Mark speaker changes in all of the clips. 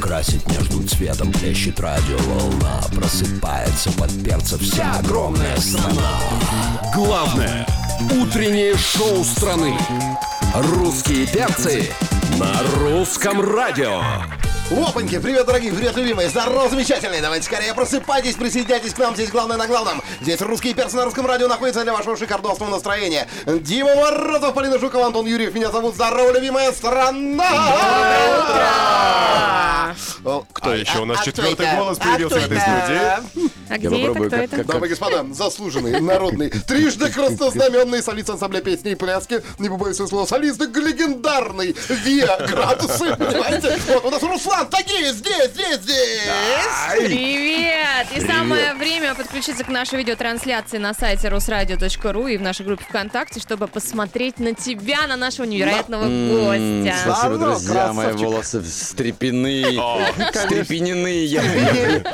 Speaker 1: красить между цветом Плещет радиоволна Просыпается под перца вся огромная страна
Speaker 2: Главное утреннее шоу страны. Русские перцы на русском радио.
Speaker 3: Опаньки, привет, дорогие, привет, любимые, здорово, замечательные, давайте скорее просыпайтесь, присоединяйтесь к нам, здесь главное на главном. Здесь русские перцы на русском радио находятся для вашего шикардовского настроения. Дима Морозов, Полина Жукова, Антон Юрьев, меня зовут, здорово, любимая страна! Доброе утро!
Speaker 4: Кто еще? У
Speaker 3: а
Speaker 4: нас четвертый голос появился в этой студии.
Speaker 5: А где это, кто это?
Speaker 3: Дамы и господа, заслуженный, народный, трижды краснознаменный солист ансамбля песни и пляски, не побоюсь этого слова, солист легендарный, Виа Градусы, понимаете? Вот у нас Руслан Тагиев здесь, здесь, здесь!
Speaker 5: Привет! И самое время подключиться к нашей видеотрансляции на сайте русрадио.ру и в нашей группе ВКонтакте, чтобы посмотреть на тебя, на нашего невероятного гостя.
Speaker 6: Спасибо,
Speaker 3: Здорово,
Speaker 6: друзья, мои
Speaker 3: красавчик.
Speaker 6: волосы встрепены, встрепенены, я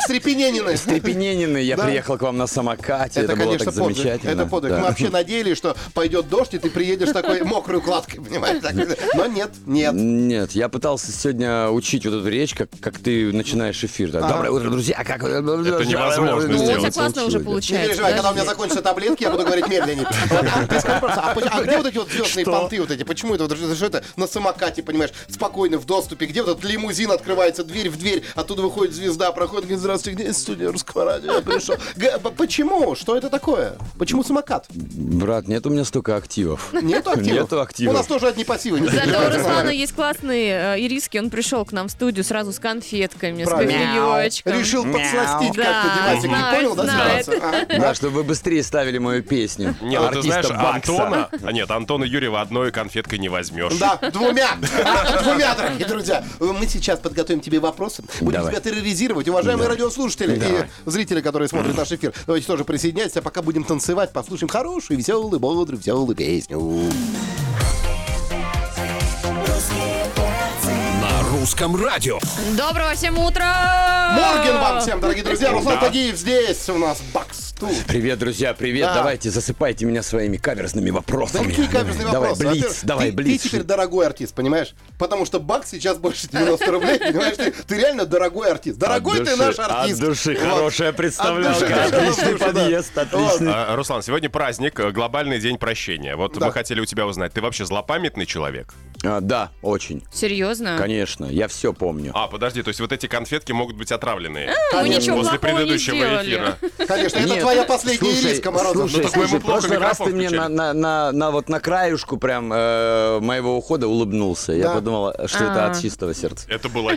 Speaker 3: Стрепененины.
Speaker 6: встрепенены, я
Speaker 3: Да.
Speaker 6: приехал к вам на самокате,
Speaker 3: Это,
Speaker 6: это было
Speaker 3: конечно,
Speaker 6: так
Speaker 3: подвиг.
Speaker 6: замечательно.
Speaker 3: Это подвиг.
Speaker 6: Да.
Speaker 3: Мы вообще надеялись, что пойдет дождь, и ты приедешь такой мокрой укладкой, понимаешь? так. Но нет, нет.
Speaker 6: Нет, я пытался сегодня учить вот эту речь, как, как ты начинаешь эфир. Да, Доброе утро, друзья. а Как... Это
Speaker 4: невозможно
Speaker 5: Ну, у тебя
Speaker 4: сделать.
Speaker 5: классно уже
Speaker 3: Не
Speaker 5: получается,
Speaker 3: переживай, когда у
Speaker 5: да?
Speaker 3: меня закончатся таблетки, я буду говорить медленнее. Вот, а ты скажи, пожалуйста, а поч- а где вот эти вот звездные понты вот эти? Почему это? Вот это- Что это на самокате, понимаешь, спокойно, в доступе? Где вот этот лимузин открывается, дверь в дверь, оттуда выходит звезда, проходит, говорит, здравствуйте, где студия русского радио? Я пришел. Г- б- Почему? Что это такое? Почему самокат?
Speaker 6: Брат, нет у меня столько активов.
Speaker 3: Нету активов.
Speaker 6: Нету активов.
Speaker 3: У нас тоже одни пассивы. не
Speaker 5: Зато у
Speaker 3: переживай.
Speaker 5: Руслана есть классные э, ириски. Он пришел к нам в студию сразу с конфетками, с
Speaker 3: Правильно.
Speaker 5: кофеечком.
Speaker 3: Решил подсластить как-то
Speaker 5: Да,
Speaker 3: девасик. Не
Speaker 5: знает,
Speaker 3: понял, да,
Speaker 5: знает.
Speaker 3: ситуацию? А?
Speaker 6: Да, чтобы вы быстрее ставили мою песню.
Speaker 4: Не, ну ты
Speaker 6: Артиста
Speaker 4: знаешь,
Speaker 6: Бакса.
Speaker 4: Антона... а, Нет, Антона Юрьева одной конфеткой не возьмешь.
Speaker 3: Да, двумя. Двумя, дорогие друзья. Мы сейчас подготовим тебе вопросы. Будем
Speaker 6: Давай.
Speaker 3: тебя терроризировать. Уважаемые радиослушатели и зрители, которые смотрят наш эфир, давайте тоже присоединяйтесь. А пока будем танцевать, послушаем хорошую, веселую, бодрую, веселую песню.
Speaker 2: На русском радио.
Speaker 5: Доброго всем утра! А.
Speaker 3: Морген вам всем, дорогие друзья. Руслан
Speaker 4: Да.
Speaker 3: Тагиев здесь. У нас Бакс тут.
Speaker 6: Привет, друзья, привет.
Speaker 3: Да.
Speaker 6: Давайте засыпайте меня своими каверзными вопросами.
Speaker 3: Какие каверзные
Speaker 6: давай,
Speaker 3: вопросы?
Speaker 6: Блиц,
Speaker 3: Во-первых,
Speaker 6: давай,
Speaker 3: ты,
Speaker 6: Блиц.
Speaker 3: Ты теперь дорогой артист, понимаешь? Потому что бакс сейчас больше 90 рублей, понимаешь? Ты, ты реально дорогой артист. Дорогой
Speaker 6: От
Speaker 3: ты
Speaker 6: души,
Speaker 3: наш артист.
Speaker 6: От души,
Speaker 3: Вот.
Speaker 6: хорошая
Speaker 3: От души,
Speaker 6: представлялка.
Speaker 3: да,
Speaker 6: Отличный
Speaker 3: да, да.
Speaker 6: подъезд, отличный.
Speaker 4: А, Руслан, сегодня праздник, э, глобальный день прощения. Вот мы хотели у тебя узнать, ты вообще злопамятный человек?
Speaker 6: А, Да, очень.
Speaker 5: Серьезно?
Speaker 6: Конечно, я все помню.
Speaker 4: А, подожди, то есть вот эти конфетки могут быть отравленные
Speaker 5: Мы ничего
Speaker 4: после
Speaker 5: плохого не
Speaker 4: предыдущего
Speaker 5: сделали.
Speaker 4: эфира.
Speaker 3: Конечно, это
Speaker 6: Нет,
Speaker 3: твоя последняя
Speaker 6: слушай,
Speaker 3: ириска, Морозов.
Speaker 6: Слушай,
Speaker 4: Ну, так мы ему
Speaker 6: слушай, в
Speaker 4: плохо
Speaker 6: прошлый раз ты
Speaker 4: микрофон
Speaker 6: мне на,
Speaker 4: включили.
Speaker 6: на- на- на вот на краюшку прям э, моего ухода улыбнулся. Я
Speaker 3: Да.
Speaker 6: подумал, что это
Speaker 5: А.
Speaker 6: от чистого сердца.
Speaker 4: Это было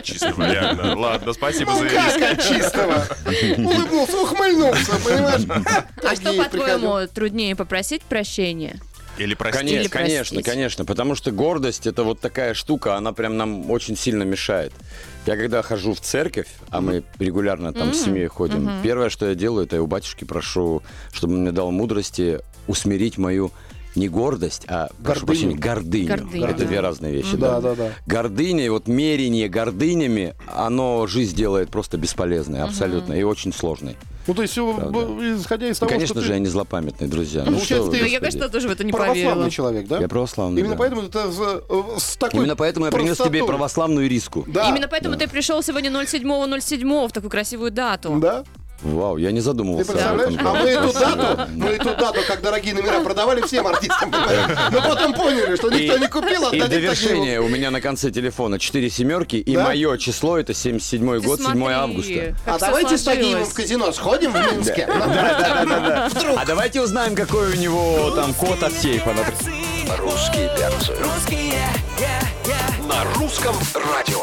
Speaker 4: чистого, реально. Ладно, спасибо
Speaker 3: Ну,
Speaker 4: за ириску.
Speaker 3: как от чистого. Улыбнулся, ухмыльнулся, понимаешь?
Speaker 5: А что,
Speaker 3: Тагиев приходил.
Speaker 5: по-твоему, труднее попросить прощения?
Speaker 4: Или прости.
Speaker 5: Или
Speaker 6: Конечно, конечно,
Speaker 5: простить.
Speaker 6: конечно, потому что гордость это вот такая штука, она прям нам очень сильно мешает. Я когда хожу в церковь, а мы регулярно там с семьей ходим, первое, что я делаю, это я у батюшки прошу, чтобы он мне дал мудрости усмирить мою не гордость, а прошу
Speaker 3: Гордыню.
Speaker 6: прощения, гордыню.
Speaker 5: Гордыню.
Speaker 6: Это две разные вещи.
Speaker 3: Да, да, да.
Speaker 6: Гордыня, и вот мерение гордынями, оно жизнь делает просто бесполезной, абсолютно, и очень сложной.
Speaker 3: Ну, то есть, э, исходя из
Speaker 6: Ну,
Speaker 3: того,
Speaker 6: конечно
Speaker 3: что
Speaker 6: же, я
Speaker 3: ты
Speaker 6: не злопамятный, друзья. Ну,
Speaker 3: Получается,
Speaker 6: что вы,
Speaker 3: ты-
Speaker 5: Ну,
Speaker 6: господи.
Speaker 5: я, конечно, тоже в это не поверила.
Speaker 3: православный человек, да?
Speaker 6: Я православный,
Speaker 3: Именно
Speaker 6: да.
Speaker 3: поэтому ты с, э, с такой
Speaker 6: Именно поэтому я принес тебе
Speaker 3: простотой.
Speaker 6: православную риску.
Speaker 3: Да.
Speaker 5: Именно поэтому ты пришел сегодня 07.07 в такую красивую дату.
Speaker 3: Да?
Speaker 6: Вау, я не
Speaker 3: Ты
Speaker 6: задумывался об
Speaker 3: представляешь?
Speaker 6: этом.
Speaker 3: А
Speaker 6: правда.
Speaker 3: мы эту
Speaker 6: Спасибо.
Speaker 3: дату, мы эту дату, как дорогие номера продавали всем артистам, понимаешь? но потом поняли, что никто не купил, а
Speaker 6: И
Speaker 3: отдали
Speaker 6: довершение у меня на конце телефона 4 семерки, и
Speaker 3: Да?
Speaker 6: мое число это 77
Speaker 5: Ты
Speaker 6: год, 7
Speaker 5: смотри,
Speaker 6: августа.
Speaker 5: как
Speaker 3: А
Speaker 5: всё
Speaker 3: давайте с Тагиевым
Speaker 5: сложилось.
Speaker 3: в казино сходим в Минске.
Speaker 6: А давайте узнаем, какой у него там код от сейфа. например.
Speaker 1: Русские перцы
Speaker 2: На русском радио.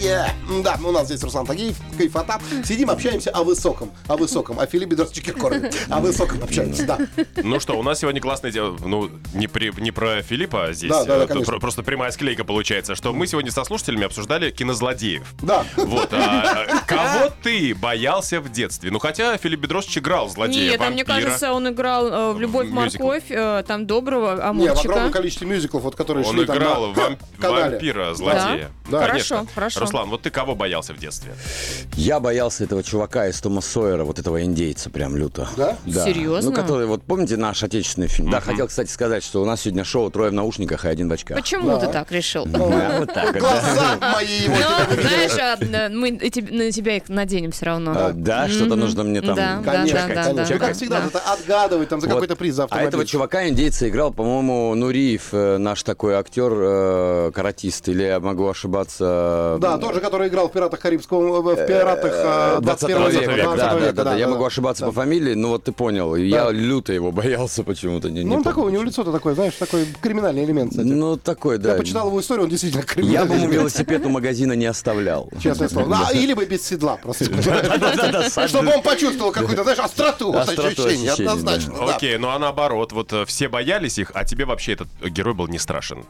Speaker 3: Yeah. Да, у нас здесь Руслан Тагиев, кайфота. Сидим, общаемся о высоком, о высоком, о Филиппе Дорсчике Корне. О высоком общаемся, да.
Speaker 4: Ну что, у нас сегодня классное дело. Ну, не, при- не про Филиппа здесь.
Speaker 3: Да, да,
Speaker 4: э,
Speaker 3: да,
Speaker 4: тут
Speaker 3: конечно.
Speaker 4: про- просто прямая склейка получается, что мы сегодня со слушателями обсуждали кинозлодеев.
Speaker 3: Да.
Speaker 4: Вот, а, э, кого ты боялся в детстве? Ну, хотя Филипп Бедросович играл злодея,
Speaker 5: Нет, а мне
Speaker 4: вампира.
Speaker 5: кажется, он играл э, в «Любовь,
Speaker 4: Мюзикл.
Speaker 5: морковь», э, там «Доброго»,
Speaker 3: Не, в
Speaker 5: «Амурчика».
Speaker 3: огромном количестве мюзиклов, вот которые
Speaker 4: Он
Speaker 3: шли там
Speaker 4: играл
Speaker 3: на
Speaker 4: вамп-
Speaker 3: канале.
Speaker 4: вампира, злодея.
Speaker 3: Да.
Speaker 4: Конечно.
Speaker 5: Хорошо, хорошо.
Speaker 4: Руслан, вот ты кого боялся в детстве?
Speaker 6: Я боялся этого чувака из Тома Сойера, вот этого индейца, прям люто.
Speaker 3: Да?
Speaker 5: Серьезно?
Speaker 6: Ну, который, вот помните наш отечественный фильм? Да, хотел, кстати, сказать, что у нас сегодня шоу «Трое в наушниках и один в очках».
Speaker 5: Почему ты так решил?
Speaker 3: Ну,
Speaker 6: Да, вот так вот, да.
Speaker 3: Глаза мои его.
Speaker 5: Ну, знаешь, а, э, мы и тебе- на тебя их наденем все
Speaker 6: А,
Speaker 5: равно.
Speaker 6: Да, что-то нужно мне там... А
Speaker 5: Да, да,
Speaker 3: Конечно,
Speaker 5: да, да,
Speaker 6: конечно.
Speaker 5: да.
Speaker 3: Ну, как всегда, надо отгадывать там за
Speaker 6: Вот.
Speaker 3: какой-то приз за
Speaker 6: А
Speaker 3: автомобиль.
Speaker 6: этого чувака индейца играл, по-моему, Нуриев, э, наш такой актер, э, каратист, или я могу ошибаться.
Speaker 3: Да,
Speaker 6: м,
Speaker 3: тот же, который играл в «Пиратах Карибского», э, в «Пиратах» э, 21
Speaker 6: 20
Speaker 3: века.
Speaker 6: Да,
Speaker 4: века,
Speaker 3: 20
Speaker 6: да, да, да, я
Speaker 3: да.
Speaker 6: могу ошибаться по фамилии, но вот ты понял. Я люто его боялся почему-то. Не, не
Speaker 3: Ну, он
Speaker 6: помню.
Speaker 3: такой, у него лицо-то такое, знаешь, такой криминальный элемент, кстати.
Speaker 6: Ну, такой, да.
Speaker 3: Я почитал его историю, он действительно
Speaker 6: Я
Speaker 3: криминальный
Speaker 6: бы ему
Speaker 3: элемент.
Speaker 6: велосипед у магазина не оставлял.
Speaker 3: Честное слово. А, или бы без седла просто. Чтобы он почувствовал какую-то, знаешь, остроту вот
Speaker 6: Остроту
Speaker 3: ощущений,
Speaker 6: ощущений, да.
Speaker 3: однозначно. да.
Speaker 4: Окей, ну а наоборот, вот э, все боялись их, а тебе вообще этот э, герой был не страшен.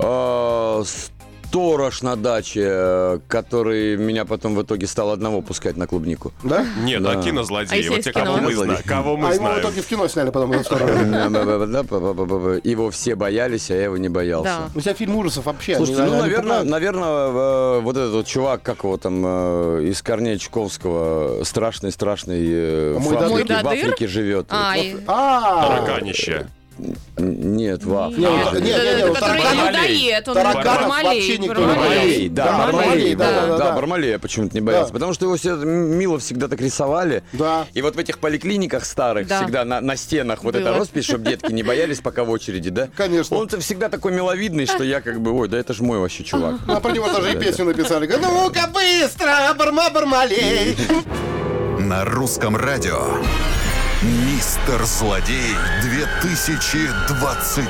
Speaker 6: А, Сторож на даче, э, который меня потом в итоге стал одного пускать на клубнику.
Speaker 3: Да?
Speaker 4: Нет,
Speaker 6: Да.
Speaker 4: а кинозлодеи,
Speaker 5: А если
Speaker 4: вот
Speaker 5: из
Speaker 4: те,
Speaker 5: кино?
Speaker 4: кого мы, зна-
Speaker 6: Кинозлодеи.
Speaker 4: кого мы
Speaker 3: А его в
Speaker 4: знаем.
Speaker 3: итоге в кино сняли потом. его второго.
Speaker 6: Его все боялись, а я его не боялся.
Speaker 5: Да.
Speaker 3: У тебя фильм ужасов вообще.
Speaker 6: Слушайте,
Speaker 3: они,
Speaker 6: ну,
Speaker 3: наверное,
Speaker 6: наверное,
Speaker 3: не
Speaker 6: наверное, э, вот этот вот чувак, как его там, э, из корней Чуковского, страшный-страшный э,
Speaker 3: Мой
Speaker 6: в Африке-
Speaker 5: Дадыр?
Speaker 6: в Африке живет.
Speaker 5: Ай.
Speaker 3: понимают. А,
Speaker 4: Тараканище.
Speaker 6: Н- Нет, в Африке.
Speaker 3: Не, не,
Speaker 5: Э,
Speaker 3: не,
Speaker 5: э,
Speaker 3: не, вот
Speaker 5: который
Speaker 3: таракан-
Speaker 5: людоед, он
Speaker 3: тараканов
Speaker 5: Бармалей,
Speaker 3: вообще никто не
Speaker 5: Бармалей.
Speaker 3: боялся.
Speaker 6: Бармалей, да,
Speaker 3: Да, Бармалей,
Speaker 6: Бармалей,
Speaker 3: да, да,
Speaker 6: да,
Speaker 3: да.
Speaker 6: да, Бармалей я почему-то не
Speaker 3: Да.
Speaker 6: боялся, потому что его все мило всегда так рисовали.
Speaker 3: Да.
Speaker 6: И вот в этих поликлиниках старых
Speaker 5: Да.
Speaker 6: всегда на, на стенах вот эта
Speaker 5: Было.
Speaker 6: роспись, чтобы детки не боялись, пока в очереди, да?
Speaker 3: Конечно.
Speaker 6: Он-то всегда такой миловидный, что я как бы, ой, да это же мой вообще чувак.
Speaker 3: А про него даже и песню написали. Говорят, Ну-ка быстро, барма-бармалей.
Speaker 7: На русском радио. Мистер Злодей 2023.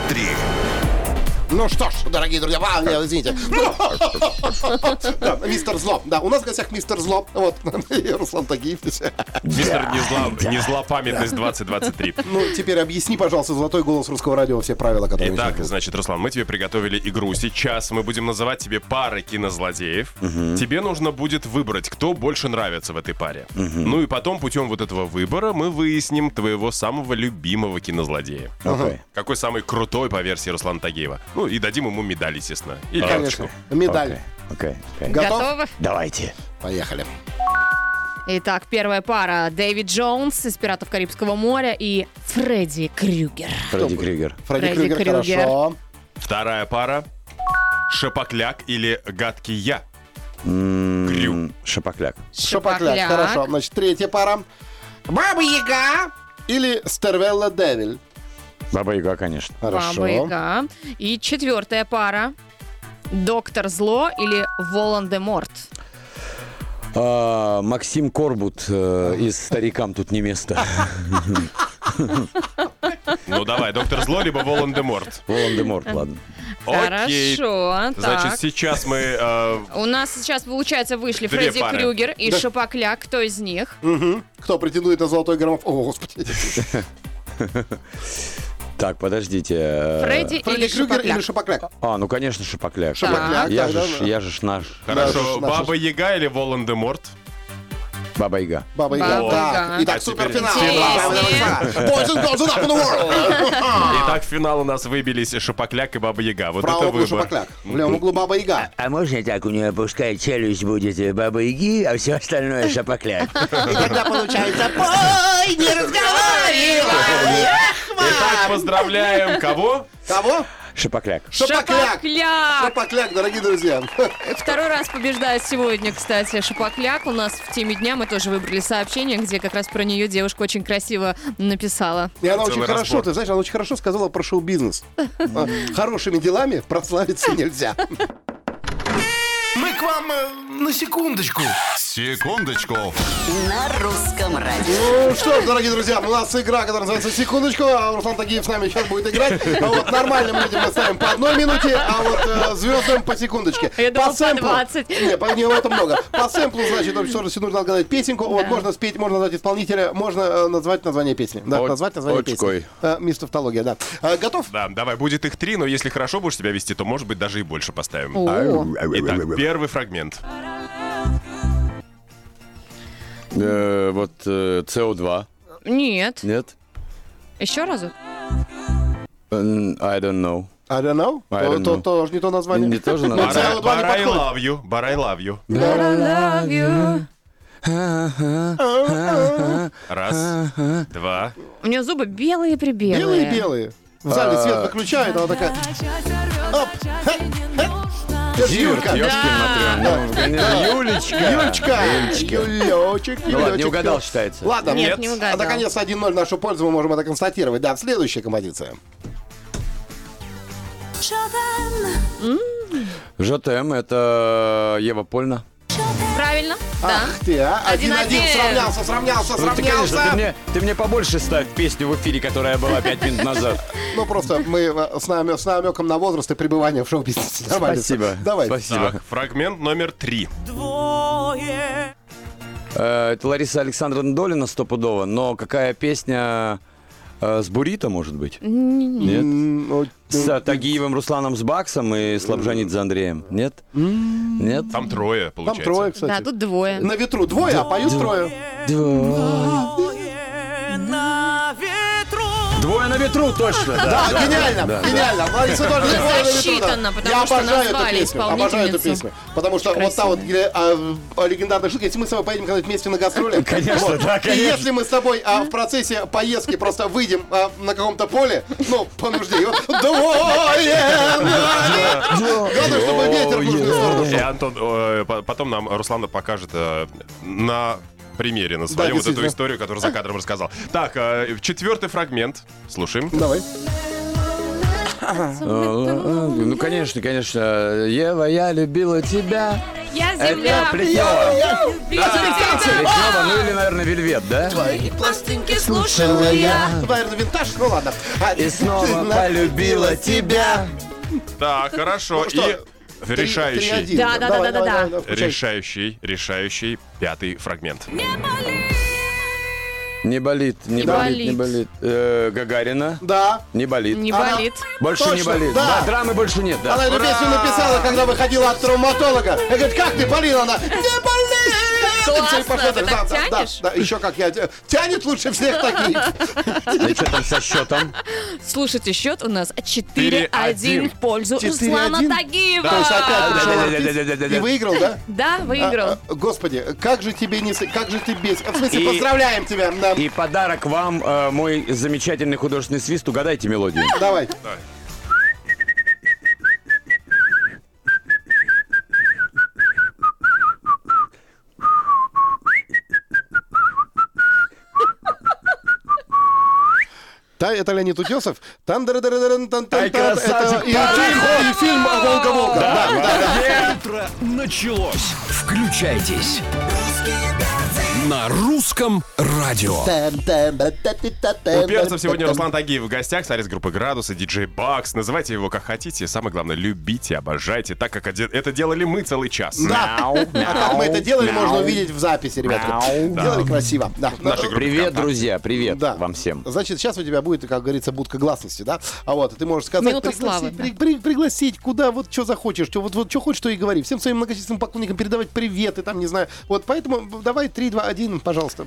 Speaker 3: Ну что ж, дорогие друзья, а, не, извините. Ну, да, Мистер Зло. Да, у нас в гостях мистер Зло. Вот, и Руслан Тагиев.
Speaker 4: Мистер Незла- Незлопамятность 2023.
Speaker 3: Ну, теперь объясни, пожалуйста, золотой голос русского радио, все правила, которые мы
Speaker 4: Итак,
Speaker 3: сейчас-
Speaker 4: значит, Руслан, мы тебе приготовили игру. Сейчас мы будем называть тебе пары кинозлодеев. Тебе нужно будет выбрать, кто больше нравится в этой паре. Ну и потом путем вот этого выбора мы выясним твоего самого любимого кинозлодея.
Speaker 6: Окей.
Speaker 4: Какой самый крутой по версии Руслана Тагеева? Ну и дадим ему медаль, естественно. И ленточку.
Speaker 3: А, Конечно. Медаль.
Speaker 6: Окей, окей, окей.
Speaker 3: Готов?
Speaker 5: Готовы?
Speaker 6: Давайте.
Speaker 3: Поехали.
Speaker 5: Итак, первая пара. Дэвид Джонс из «Пиратов Карибского моря» и Фредди Крюгер.
Speaker 6: Фредди Крюгер.
Speaker 3: Фредди
Speaker 5: Фредди
Speaker 3: Крюгер,
Speaker 5: Крюгер.
Speaker 3: хорошо.
Speaker 4: Вторая пара. Шапокляк или гадкий я? Крю.
Speaker 6: М, Шапокляк.
Speaker 3: Шапокляк, хорошо. Значит, третья пара. Баба Яга или Стервелла Девиль.
Speaker 6: Баба Яга, конечно.
Speaker 3: Хорошо.
Speaker 5: Баба Яга. А И четвертая пара. Доктор Зло или Волан-де-Морт.
Speaker 6: А, Максим Корбут э, из «Старикам тут не место».
Speaker 4: Ну давай, доктор Зло, либо Волан-де-Морт.
Speaker 6: Волан-де-Морт, ладно.
Speaker 4: Окей.
Speaker 5: Хорошо. так.
Speaker 4: Значит, сейчас мы... э,
Speaker 5: У нас сейчас, получается, вышли
Speaker 4: Две
Speaker 5: Фредди
Speaker 4: пары.
Speaker 5: Крюгер и Шапокляк. Кто из них?
Speaker 3: Кто претендует на золотой граммофон? О, господи.
Speaker 6: Так, подождите. э,
Speaker 5: Фредди,
Speaker 3: Фредди
Speaker 5: или
Speaker 3: Крюгер
Speaker 5: Шапокляк?
Speaker 3: или Шапокляк?
Speaker 6: А, ну, конечно, Шапокляк.
Speaker 3: Шапокляк,
Speaker 6: Я
Speaker 3: так,
Speaker 6: же,
Speaker 3: А да,
Speaker 6: ж-
Speaker 3: да.
Speaker 6: я же ж наш
Speaker 4: Хорошо,
Speaker 3: Да, наша-
Speaker 4: Баба Яга или Волан-де-Морт?
Speaker 6: Баба Яга.
Speaker 3: Баба Яга.
Speaker 5: Баба
Speaker 3: Да.
Speaker 5: Яга.
Speaker 4: А
Speaker 3: Итак,
Speaker 4: теперь
Speaker 3: суперфинал.
Speaker 5: финал.
Speaker 3: Boys and girls up in the world.
Speaker 4: Итак, в финал у нас выбились Шапокляк и Баба Яга. Вот
Speaker 3: Правый
Speaker 4: это
Speaker 3: угол
Speaker 4: выбор.
Speaker 3: Шапокляк. В левом углу Баба Яга.
Speaker 8: А можно так у нее, пускай челюсть будет э, бабы-яги, а все остальное шапокляк?
Speaker 3: И тогда получается, ой, не разговаривай. Эх, вам.
Speaker 4: Итак, поздравляем кого?
Speaker 3: Кого?
Speaker 6: Шапокляк.
Speaker 3: Шапокляк.
Speaker 5: Шапокляк!
Speaker 3: Шапокляк, дорогие друзья.
Speaker 5: Второй раз побеждает сегодня, кстати, Шапокляк. У нас в теме дня мы тоже выбрали сообщение, где как раз про нее девушка очень красиво написала.
Speaker 3: И она очень
Speaker 4: Целый
Speaker 3: хорошо,
Speaker 4: разбор.
Speaker 3: ты знаешь, она очень хорошо сказала про шоу-бизнес. А, Хорошими делами прославиться нельзя.
Speaker 2: Мы к вам на секундочку.
Speaker 7: Секундочку.
Speaker 9: На русском радио.
Speaker 3: Ну что ж, дорогие друзья, у нас игра, которая называется «Секундочку». а Руслан Тагиев с нами сейчас будет играть. А вот нормальным людям мы ставим по одной минуте, а вот э, звездам по секундочке.
Speaker 5: А Я думала, по
Speaker 3: сэмплу-
Speaker 5: 20.
Speaker 3: Не, по не, это много. По сэмплу, значит, в общей сложности нужно отгадать песенку. Вот можно спеть, можно назвать исполнителя, можно э, назвать название песни. Да,
Speaker 6: От-
Speaker 3: назвать название песни.
Speaker 6: очкой.
Speaker 3: Э, Мистовтология, да. Э, Готов?
Speaker 4: Да, давай, будет их три, но если хорошо будешь себя вести, то, может быть, даже и больше поставим.
Speaker 5: О,
Speaker 4: Итак, первый фрагмент.
Speaker 6: Э, вот э, CO2.
Speaker 5: нет.
Speaker 6: Нет?
Speaker 5: Еще разу?
Speaker 6: М, I don't know.
Speaker 3: I don't know.
Speaker 6: I don't
Speaker 3: То-
Speaker 6: know.
Speaker 3: то- Тоже не то название.
Speaker 6: Не тоже
Speaker 3: Ну,
Speaker 6: название.
Speaker 3: целых
Speaker 4: Бара-
Speaker 3: два не
Speaker 4: Бара и
Speaker 3: подходит.
Speaker 4: love you, бара и love you. Раз, два.
Speaker 5: У нее зубы белые-прибелые.
Speaker 3: Белые-белые. В зале свет выключают, она такая... Оп! Ха! Ха! Это ж Юлька!
Speaker 6: Ну, Юлечка!
Speaker 3: Юлечка! Юлечек,
Speaker 6: Ну ладно, не
Speaker 3: Юлечек.
Speaker 6: угадал, считается.
Speaker 3: Ладно,
Speaker 5: Нет,
Speaker 3: мне-
Speaker 5: не
Speaker 3: а,
Speaker 5: угадал.
Speaker 3: наконец 1-0 в нашу пользу мы можем это констатировать. Да, следующая композиция.
Speaker 6: ЖТМ — это э, Ева Польна.
Speaker 5: Правильно?
Speaker 3: Ах ты, а? Один-один,
Speaker 5: Один-один.
Speaker 3: сравнялся, сравнялся,
Speaker 6: Ну, ты, конечно, ты
Speaker 3: сравнялся.
Speaker 6: мне, ты мне побольше ставь песню в эфире, которая была пять минут назад.
Speaker 3: Ну, просто мы э, с, нами, с намеком на возраст и пребывание в шоу-бизнесе. Нормально.
Speaker 6: Спасибо.
Speaker 3: Давай.
Speaker 6: Спасибо.
Speaker 4: Так, типа, фрагмент номер три.
Speaker 6: Э, Это Лариса Александровна Долина стопудово, но какая песня э, с Бурито, может быть? Нет?
Speaker 3: М, ну,
Speaker 6: С Тагиевым Русланом с Баксом и Слабжанит за Андреем. Нет? Нет?
Speaker 4: Там трое,
Speaker 3: Там
Speaker 4: получается.
Speaker 3: трое,
Speaker 5: Да. Да,
Speaker 3: кстати.
Speaker 5: тут двое.
Speaker 3: На ветру двое, а поют трое.
Speaker 6: Двое на ветру, точно. Да,
Speaker 3: А, гениально, гениально. Лариса тоже не
Speaker 5: Это
Speaker 3: поет на ветру, да.
Speaker 5: засчитано, Ну, потому
Speaker 3: Я
Speaker 5: что
Speaker 3: обожаю эту
Speaker 5: назвали
Speaker 3: песню. Обожаю эту
Speaker 5: исполнительницу.
Speaker 3: песню. Потому что вот та вот э, а, легендарная штука. Если мы с тобой поедем когда-нибудь вместе на гастроли,
Speaker 6: Конечно,
Speaker 3: вот,
Speaker 6: да,
Speaker 3: и
Speaker 6: конечно.
Speaker 3: если мы с тобой а, в процессе поездки просто выйдем а, на каком-то поле, ну, по нужде, и вот двое на
Speaker 6: Э,
Speaker 3: ветру». Главное, чтобы ветер в нужную сторону
Speaker 4: И
Speaker 3: шел.
Speaker 4: Антон, э, по- потом нам Руслана покажет э, на примере, на своем вот эту
Speaker 3: действительно.
Speaker 4: историю, которую за кадром рассказал. Так, э, четвертый фрагмент. Слушаем.
Speaker 3: Давай.
Speaker 6: Ну, конечно, конечно. Ева, я любила тебя.
Speaker 5: Я
Speaker 6: Это
Speaker 5: земля.
Speaker 6: Плетнева.
Speaker 3: А,
Speaker 5: Плетнева.
Speaker 6: Плетнева, ну или, наверное, Вельвет, да?
Speaker 5: Пластинки слушала я.
Speaker 3: Наверное, винтаж, ну ладно. А,
Speaker 6: И снова
Speaker 3: ты
Speaker 6: полюбила тебя.
Speaker 4: Так, хорошо.
Speaker 3: Ну
Speaker 4: И
Speaker 3: что, три-
Speaker 4: решающий.
Speaker 3: 3-1.
Speaker 5: Да, да, да,
Speaker 3: Давай, давай,
Speaker 5: да, да.
Speaker 3: давай, давай, включай.
Speaker 4: Решающий, решающий пятый фрагмент.
Speaker 6: Не болит, не болит, не
Speaker 5: болит.
Speaker 6: болит. Э, Гагарина.
Speaker 3: Да.
Speaker 6: Не болит.
Speaker 5: Не
Speaker 3: Она-
Speaker 5: болит.
Speaker 6: Больше не
Speaker 3: Точно,
Speaker 6: болит.
Speaker 3: да.
Speaker 6: Да, драмы больше нет, да.
Speaker 3: Она эту песню написала, когда выходила от травматолога. Я говорю, как ты, Полина? Она, не болит!
Speaker 5: Классно,
Speaker 3: И пошла
Speaker 5: ты
Speaker 3: дальше.
Speaker 5: так
Speaker 3: Да, да,
Speaker 5: тянешь? А,
Speaker 3: Да, еще как я. тя- Тянет лучше всех таких.
Speaker 6: И что там со счетом?
Speaker 5: Слушайте, счет у нас
Speaker 4: 4:1.
Speaker 5: 4-1 в пользу
Speaker 3: 4:1?
Speaker 5: Руслана
Speaker 3: То есть опять
Speaker 5: Тагиева.
Speaker 3: пришел
Speaker 6: Да-да-да-да-да-да-да.
Speaker 3: артист и выиграл, да?
Speaker 5: Да, выиграл.
Speaker 3: А, а, Господи, как же тебе не... с- Как же ты без... В смысле,
Speaker 6: И-
Speaker 3: поздравляем тебя. да.
Speaker 6: И подарок вам, э, мой замечательный художественный свист. Угадайте мелодию.
Speaker 3: Давай. Да, это Леонид Утесов. Тан тан тан
Speaker 6: Ай, красавчик,
Speaker 3: и фильм, и фильм «Волга, Волга». Да, да, да.
Speaker 1: Утро началось. Включайтесь. На русском радио.
Speaker 3: Э,
Speaker 4: У перцев сегодня Руслан Тагиев в гостях, солист группы «Градусы», диджей Бакс. Называйте его как хотите. Самое главное, любите, обожайте, так как оде- это делали мы целый час.
Speaker 3: Да. А как мы это делали, можно увидеть в записи, ребятки. Делали красиво. Да.
Speaker 4: Наши группы
Speaker 6: Привет,
Speaker 4: ВКонтакте.
Speaker 6: друзья, привет
Speaker 3: Да.
Speaker 6: вам всем.
Speaker 3: Значит, сейчас у тебя будет, как говорится, будка гласности, да? А вот, и ты можешь сказать,
Speaker 5: Минута
Speaker 3: пригласить,
Speaker 5: славы,
Speaker 3: при- при- пригласить, куда, вот что захочешь, что, вот, вот что хочешь, то и говори. Всем своим многочисленным поклонникам передавать привет и там, не знаю. Вот, поэтому давай 3, 2, 1, пожалуйста.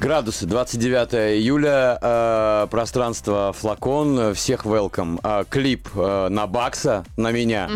Speaker 6: Градусы, 29 июля, э, пространство «Флакон», э, всех welcome. Э, клип э, на Бакса, на меня,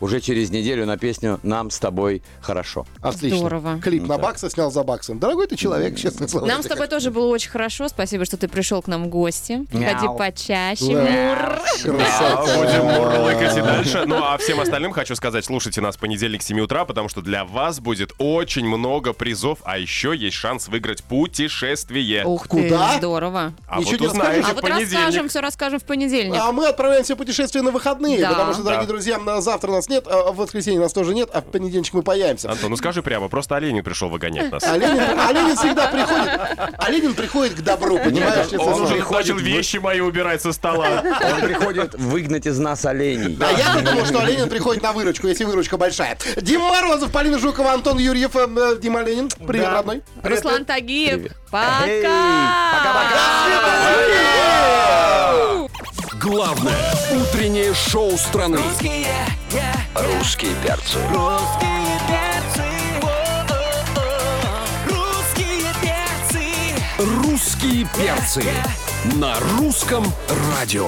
Speaker 6: уже через неделю на песню «Нам с тобой хорошо».
Speaker 3: Отлично.
Speaker 5: Здорово.
Speaker 3: Клип
Speaker 4: Ну
Speaker 3: на Бакса снял за Баксом. Дорогой ты человек, честное слово.
Speaker 5: Нам с тобой тоже было очень хорошо. Спасибо, что ты пришел к нам в гости. Приходи почаще. Мур.
Speaker 4: Да, будем мурлыкать и дальше. Ну, а всем остальным хочу сказать, слушайте нас в понедельник с 7 утра, потому что для вас будет очень много призов, а еще есть шанс выиграть путешествие.
Speaker 5: Ух
Speaker 3: Куда?
Speaker 5: ты, здорово.
Speaker 4: А
Speaker 3: Ничего
Speaker 4: вот
Speaker 3: не
Speaker 4: узнаете
Speaker 5: А
Speaker 4: в
Speaker 5: вот
Speaker 4: понедельник.
Speaker 5: расскажем, все расскажем в понедельник.
Speaker 3: А мы отправляемся в путешествие на выходные,
Speaker 5: Да.
Speaker 3: потому что, дорогие
Speaker 4: Да.
Speaker 3: друзья, на завтра нас нет, а в воскресенье нас тоже нет, а в понедельник мы появимся.
Speaker 4: Антон, ну скажи прямо, просто Оленин пришел выгонять нас.
Speaker 3: А Ленин, а Ленин всегда приходит, а Ленин приходит к добру, понимаешь? честное
Speaker 4: Он
Speaker 3: слово.
Speaker 4: уже начал вещи мои убирать со стола.
Speaker 6: Он приходит выгнать из нас оленей.
Speaker 3: А я подумал, что Ленин приходит на выручку, если выручка большая. Дима Морозов, Полина Жукова, Антон Юрьев, э, э, Дима Ленин. Привет, родной.
Speaker 5: Руслан Тагиев. Пока.
Speaker 6: Эй, пока-пока.
Speaker 1: Главное утреннее шоу страны.
Speaker 9: э,
Speaker 1: Русские перцы. Русские перцы на русском радио.